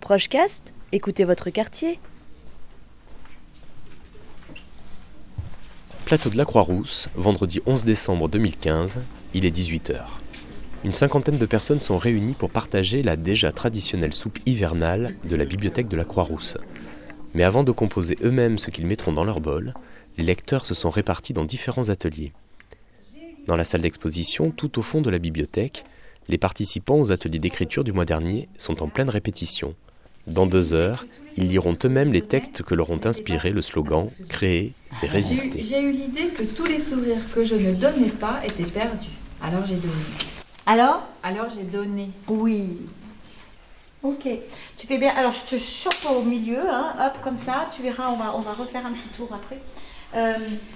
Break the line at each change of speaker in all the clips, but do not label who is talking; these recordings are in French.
Prochecast, écoutez votre quartier.
Plateau de la Croix-Rousse, vendredi 11 décembre 2015, il est 18h. Une cinquantaine de personnes sont réunies pour partager la déjà traditionnelle soupe hivernale de la bibliothèque de la Croix-Rousse. Mais avant de composer eux-mêmes ce qu'ils mettront dans leur bol, les lecteurs se sont répartis dans différents ateliers. Dans la salle d'exposition, tout au fond de la bibliothèque, les participants aux ateliers d'écriture du mois dernier sont en pleine répétition. Dans deux heures, ils liront eux-mêmes les textes que leur ont inspiré le slogan Créer, c'est résister.
J'ai eu l'idée que tous les sourires que je ne donnais pas étaient perdus. Alors j'ai donné.
Alors
Alors j'ai donné.
Oui. Ok. Tu fais bien. Alors, je te chope au milieu, hein, hop, comme ça. Tu verras, on va, on va refaire un petit tour après. Euh,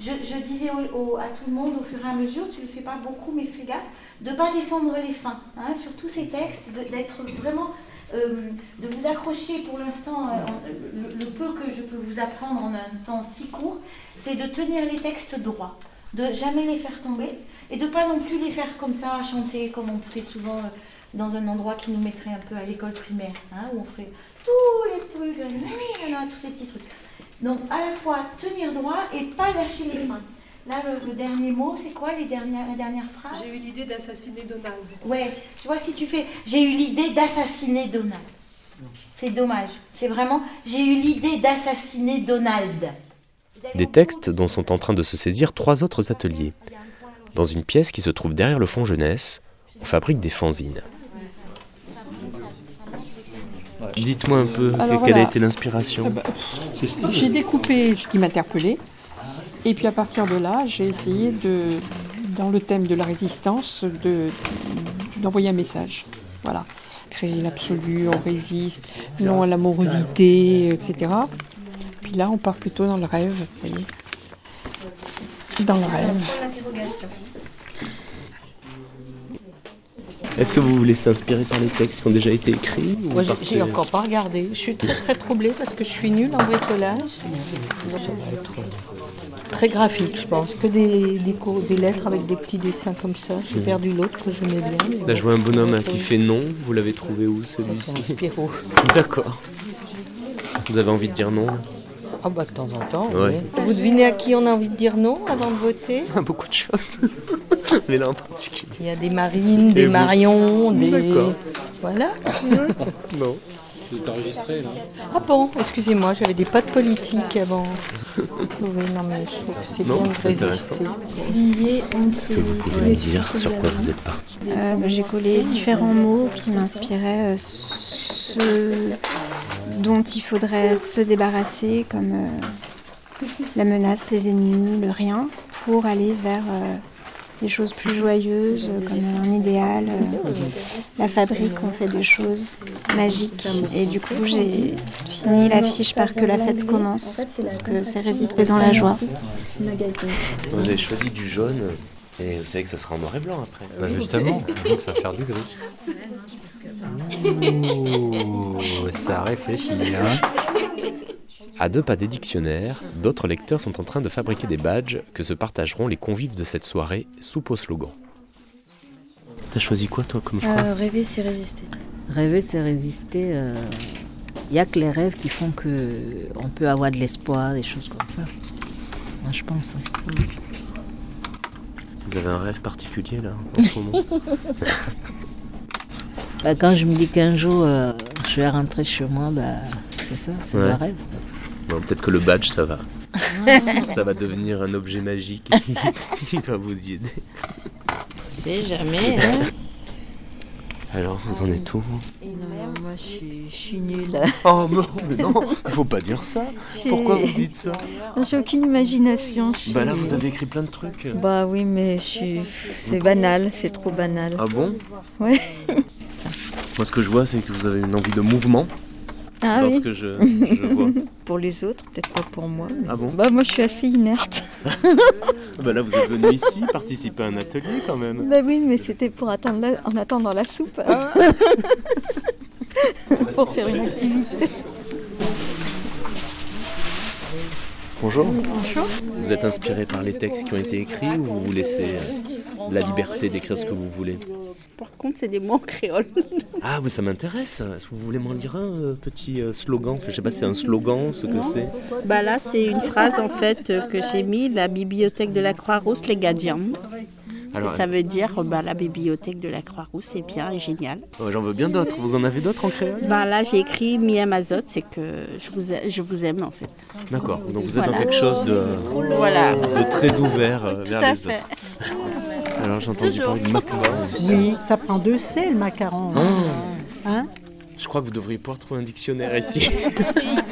je, je disais au- au- à tout le monde au fur et à mesure, tu le fais pas beaucoup, mais fais gaffe, de ne pas descendre les fins. hein, sur tous ces textes, de- d'être vraiment. euh, de vous accrocher pour l'instant, euh, en- le, le peu que je peux vous apprendre en un temps si court, c'est de tenir les textes droits, de jamais les faire tomber et de pas non plus les faire comme ça, chanter comme on fait souvent euh, dans un endroit qui nous mettrait un peu à l'école primaire, hein, où on fait tous les trucs, euh, nanana, tous ces petits trucs. Donc à la fois tenir droit et pas lâcher les fins. Là, le, le dernier mot, c'est quoi les dernières, la dernière phrase
J'ai eu l'idée d'assassiner Donald.
Ouais, tu vois, si tu fais j'ai eu l'idée d'assassiner Donald. C'est dommage. C'est vraiment j'ai eu l'idée d'assassiner Donald.
Des textes dont sont en train de se saisir trois autres ateliers. Dans une pièce qui se trouve derrière le fond jeunesse, on fabrique des fanzines.
Dites-moi un peu
Alors
quelle
voilà.
a été l'inspiration.
J'ai découpé ce qui m'interpellait. Et puis à partir de là, j'ai essayé de, dans le thème de la résistance, de- d'envoyer un message. Voilà. Créer l'absolu, on résiste, non à l'amorosité, etc. Puis là, on part plutôt dans le rêve, vous voyez. Dans le rêve.
Est-ce que vous vous laissez inspirer par les textes qui ont déjà été écrits ou
Moi, j'ai-
par
j'ai
ces-
encore pas regardé. Je suis très très troublée parce que je suis nulle en bricolage. Ça va être Très graphique, je pense. Que des, des, cours- des lettres avec des petits dessins comme ça. J'ai perdu l'autre que j'aimais bien. mais
Là,
bon,
je vois un bonhomme hein, qui
Oui.
fait non. Vous l'avez trouvé où
C'est un
celui-ci
Spirou.
D'accord. Vous avez envie de dire non
Ah bah de temps en temps.
Ouais.
oui. Vous devinez à qui on a envie de dire non avant de voter
Beaucoup de choses. Mais là en particulier.
Il y a des marines,
Et
des
vous
marions, des...
D'accord.
Voilà.
Non.
Ah bon, excusez-moi, j'avais des pattes politiques avant. Oui, non mais je trouve que c'est
Non,
bien de
c'est intéressant.
résister.
Est-ce que vous pouvez me dire sur quoi vous êtes parti
Euh, bah, J'ai collé différents mots qui m'inspiraient euh, ce dont il faudrait se débarrasser, comme euh, la menace, les ennemis, le rien, pour aller vers euh, des choses plus joyeuses, euh, comme un idéal, euh, la fabrique, on fait des choses magiques. Et du coup, j'ai fini l'affiche par que la fête commence, parce que c'est résister dans la joie.
Vous avez choisi du jaune et vous savez que ça sera en noir et blanc après.
Bah justement, donc ça va faire du gris. Ouh, ça réfléchit, hein.
À deux pas des dictionnaires, d'autres lecteurs sont en train de fabriquer des badges que se partageront les convives de cette soirée soupe au slogan.
T'as choisi quoi toi comme phrase
rêver, c'est résister.
Rêver, c'est résister. Il n'y a que les rêves qui font que euh, on peut avoir de l'espoir, des choses comme ça. Moi, je pense. hein.
Vous avez un rêve particulier là en ce moment
Bah, quand je me dis qu'un jour, euh, je vais rentrer chez moi, bah, c'est ça, c'est
Ouais.
le rêve.
Bon, Peut-être que le badge ça va. ça va devenir un objet magique qui va vous y aider.
C'est jamais.
hein.
Alors, vous en êtes où
moi, je suis, je suis nulle.
Oh non, mais non, faut pas dire ça. Pourquoi vous dites ça
J'ai aucune imagination.
Bah là, vous avez écrit plein de trucs.
Bah oui, mais je suis... c'est banal, c'est trop banal.
Ah bon
Ouais.
Moi, ce que je vois, c'est que vous avez une envie de mouvement
Ah oui,
lorsque je, je vois.
pour les autres, peut-être pas pour moi. mais-
Ah bon
Bah moi, je suis assez inerte.
Bah là, vous êtes venu ici participer à un atelier quand même.
Bah oui, mais c'était pour attendre la- en attendant la soupe.
Ah.
pour faire une activité.
Bonjour. Vous êtes inspiré par les textes qui ont été écrits ou vous vous laissez euh, la liberté d'écrire ce que vous voulez
contre, c'est des mots en créole.
Ah, mais ça m'intéresse. Est-ce que vous voulez m'en lire un euh, petit euh, slogan Je sais pas si c'est un slogan, ce que
Non.
c'est.
Bah là, c'est une phrase en fait euh, que j'ai mis la bibliothèque de la Croix-Rousse, les gardiens.
Alors,
Et ça veut dire euh, bah, la bibliothèque de la Croix-Rousse, c'est bien et génial.
euh, J'en veux bien d'autres. Vous en avez d'autres en créole
Bah là, j'ai écrit Mi Amazot, c'est que je vous, a- je vous aime en fait.
D'accord. Donc vous êtes dans
Voilà.
quelque chose de,
Voilà.
de très ouvert euh,
Tout
vers
à
les
fait.
autres. Alors j'ai entendu
Toujours.
parler de macaron. aussi.
Oui, ça prend deux C le macaron. Hein
Je crois que vous devriez pouvoir trouver un dictionnaire ici.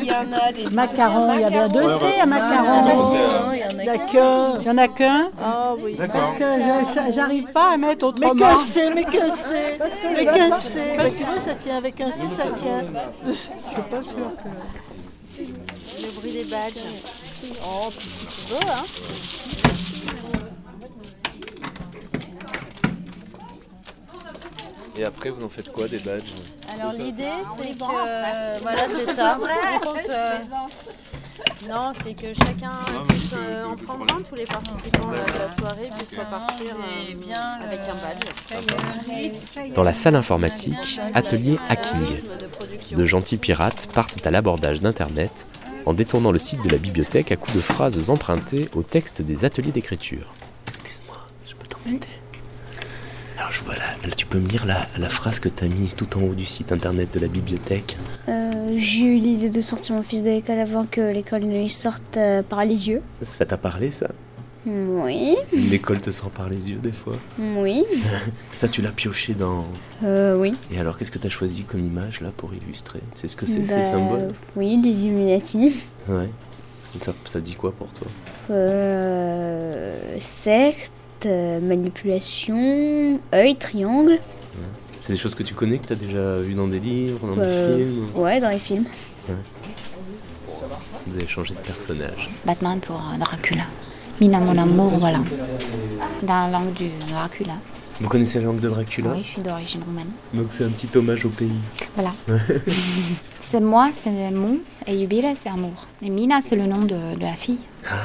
Il y en a des macarons, il y a deux C à
macarons.
macaron. D'accord. Ah, Il y en a qu'un. Ah oui. Parce que je- j'arrive pas à mettre autrement.
Mais que c'est, mais que c'est
Parce que
Mais
je-
que c'est
parce
Parce que ça tient avec un C, ça tient. Je suis pas sûre que...
Le bruit des badges. Oh, tu veux, hein
Et après vous en faites quoi des badges
Alors l'idée c'est que euh, voilà c'est ça. On compte, euh, non, c'est que chacun puisse euh, en prendre un, tous les participants euh, de la soirée puissent repartir euh, avec un badge.
Dans la salle informatique, atelier hacking. De gentils pirates partent à l'abordage d'Internet en détournant le site de la bibliothèque à coups de phrases empruntées au texte des ateliers d'écriture.
Excuse-moi, je peux t'embêter Alors je vois là, là, tu peux me lire la, la phrase que t'as mise tout en haut du site internet de la bibliothèque.
Euh, j'ai eu l'idée de sortir mon fils de l'école avant que l'école ne lui sorte euh, par les yeux.
Ça t'a parlé ça
Oui,
L'école te sort par les yeux des fois.
oui,
ça tu l'as pioché dans...
euh, oui.
Et alors qu'est-ce que t'as choisi comme image là pour illustrer C'est ce que c'est ces
Bah,
symboles
Oui, les Illuminati,
Ouais. Et ça, ça dit quoi pour toi
euh, secte, euh, manipulation, œil, triangle.
C'est des choses que tu connais, que t'as déjà vues dans des livres, dans
euh,
des films
ouais, dans les films.
Ouais. Vous avez changé de personnage.
Batman pour euh, Dracula. Mina mon amour, voilà. Dans la langue du Dracula.
Vous connaissez la langue de Dracula
Oui, je suis d'origine roumane.
Donc c'est un petit hommage au pays.
Voilà. C'est moi, c'est mon, et Yubile, c'est amour. Et Mina, c'est le nom de, de la fille.
ah,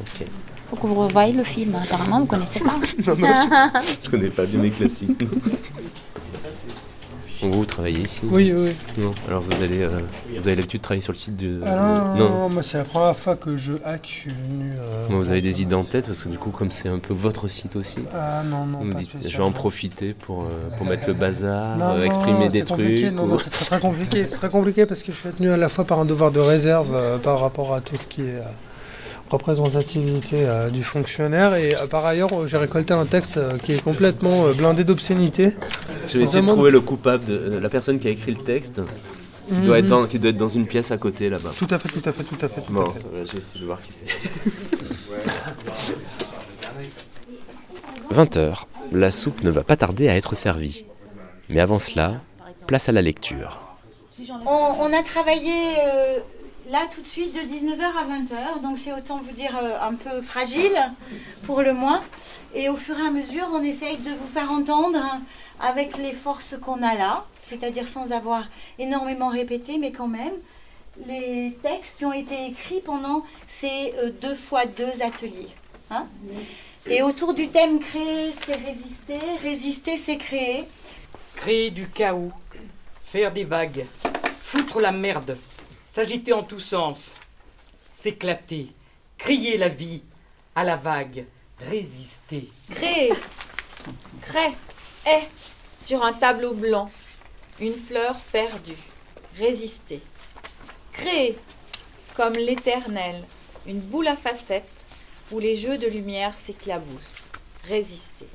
ok.
Faut que vous revoyez le film, hein. apparemment vous connaissez pas.
Non, non, je, je connais pas bien les classiques. En gros, vous travaillez ici
Oui, oui,
Non. Alors vous allez, euh, vous avez l'habitude de travailler sur le site de...
Ah non, non,
Euh, non.
non, moi c'est la première fois que je hack, je suis venu. euh,
Moi, vous avez des idées en tête parce que du coup, comme c'est un peu votre site aussi.
Ah, non, non,
Vous
pas
dites, je vais
spécialement.
en profiter pour, euh, pour mettre le bazar,
Non,
euh,
non,
exprimer des
c'est compliqué,
trucs.
Non,
ou-
non, c'est très, très compliqué. C'est très compliqué parce que je suis tenu à la fois par un devoir de réserve euh, par rapport à tout ce qui est euh, représentativité euh, du fonctionnaire et euh, par ailleurs euh, j'ai récolté un texte euh, qui est complètement euh, blindé d'obscénité.
Je vais essayer de
Vraiment-
trouver le coupable, de, euh, la personne qui a écrit le texte, qui, doit, être
Mhm.
dans, qui doit être dans une pièce à côté là-bas.
Tout à fait, tout à fait, tout à fait, tout
Bon,
à fait.
euh, je vais essayer de voir qui c'est.
20h, la soupe ne va pas tarder à être servie. Mais avant cela, place à la lecture.
On, on a travaillé euh, là tout de suite de 19h à 20h, donc c'est autant vous dire euh, un peu fragile pour le moins. Et au fur et à mesure, on essaye de vous faire entendre hein, avec les forces qu'on a là, c'est-à-dire sans avoir énormément répété, mais quand même, les textes qui ont été écrits pendant ces euh, deux fois deux ateliers. hein. Et autour du thème créer, c'est résister, résister, c'est créer.
Créer du chaos, faire des vagues, foutre la merde, s'agiter en tous sens, s'éclater, crier la vie à la vague, résister.
Créer. Crée. Est. Sur un tableau blanc. Une fleur perdue. Résister. Créer. Comme l'éternel. Une boule à facettes où les jeux de lumière s'éclaboussent. Résister.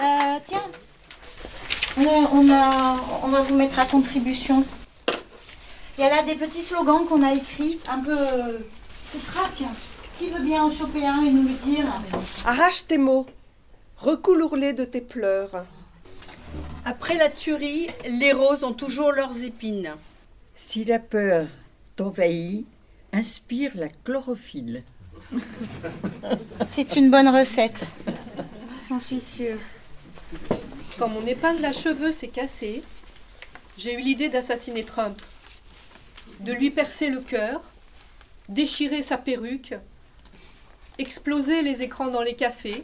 Euh, tiens, on, a- on a- on va vous mettre à contribution. Il y a là des petits slogans qu'on a écrits, un peu euh, sous trac. Qui veut bien en choper un et nous le dire
Arrache tes mots, recoule-les de tes pleurs.
Après la tuerie, les roses ont toujours leurs épines.
Si la peur t'envahit, inspire la chlorophylle.
C'est une bonne recette.
J'en suis sûre. Quand mon épingle à cheveux s'est cassée, j'ai eu l'idée d'assassiner Trump, de lui percer le cœur, déchirer sa perruque
exploser les écrans dans les cafés,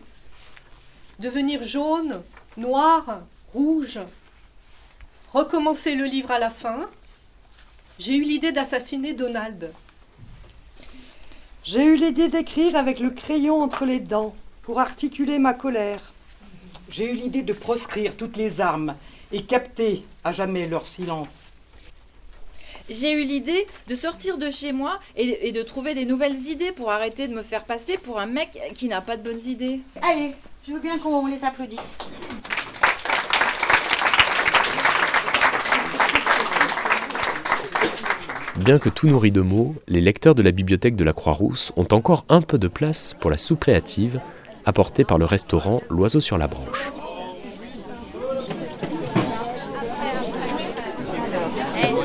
devenir jaune, noir, rouge, recommencer le livre à la fin. J'ai eu l'idée d'assassiner Donald.
J'ai eu l'idée d'écrire avec le crayon entre les dents pour articuler ma colère.
J'ai eu l'idée de proscrire toutes les armes et capter à jamais leur silence.
J'ai eu l'idée de sortir de chez moi et, et de trouver des nouvelles idées pour arrêter de me faire passer pour un mec qui n'a pas de bonnes idées.
Allez, je veux bien qu'on les applaudisse.
Bien que tout nourri de mots, les lecteurs de la bibliothèque de la Croix-Rousse ont encore un peu de place pour la soupe créative apportée par le restaurant L'Oiseau sur la branche.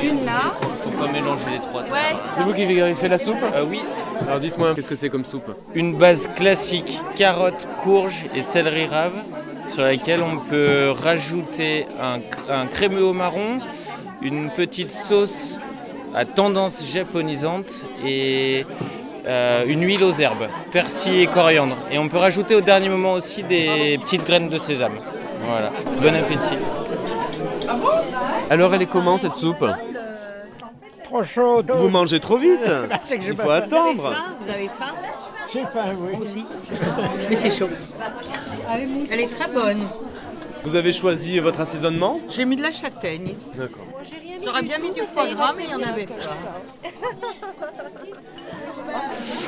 Une là.
Faut pas mélanger les trois.
Ouais,
C'est vous qui avez fait la soupe Oui. Alors dites-moi, qu'est-ce que c'est comme soupe Une base classique, carottes, courge et céleri rave, sur laquelle on peut rajouter un, un crémeux au marron, une petite sauce à tendance japonisante et euh, une huile aux herbes, persil et coriandre. Et on peut rajouter au dernier moment aussi des petites graines de sésame. Voilà. Bon appétit. Alors elle est comment cette soupe
Trop chaud.
Vous mangez trop vite.
Bah, c'est que j'ai
Il
pas
faut
faim.
attendre.
Vous avez faim
J'ai faim, oui.
Mais c'est chaud. Elle est très bonne.
Vous avez choisi votre assaisonnement
J'ai mis de la châtaigne.
D'accord.
J'aurais bien mis du foie gras, mais il n'y en avait pas.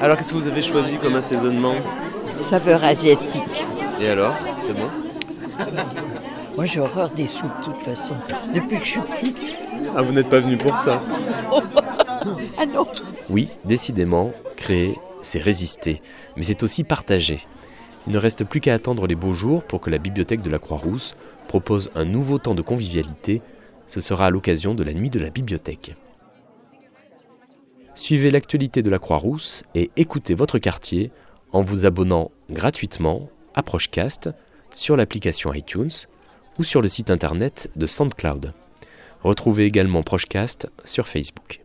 Alors qu'est-ce que vous avez choisi comme assaisonnement
Saveur asiatique.
Et alors C'est bon
Moi, j'ai horreur des soupes, de toute façon. Depuis que je suis petite.
Ah, vous n'êtes pas venu pour ça.
ah non
Oui, décidément, créer, c'est résister, mais c'est aussi partager. Il ne reste plus qu'à attendre les beaux jours pour que la bibliothèque de la Croix-Rousse propose un nouveau temps de convivialité. Ce sera à l'occasion de la nuit de la bibliothèque. Suivez l'actualité de la Croix-Rousse et écoutez votre quartier en vous abonnant gratuitement à Prochecast sur l'application iTunes ou sur le site internet de SoundCloud. Retrouvez également Prochecast sur Facebook.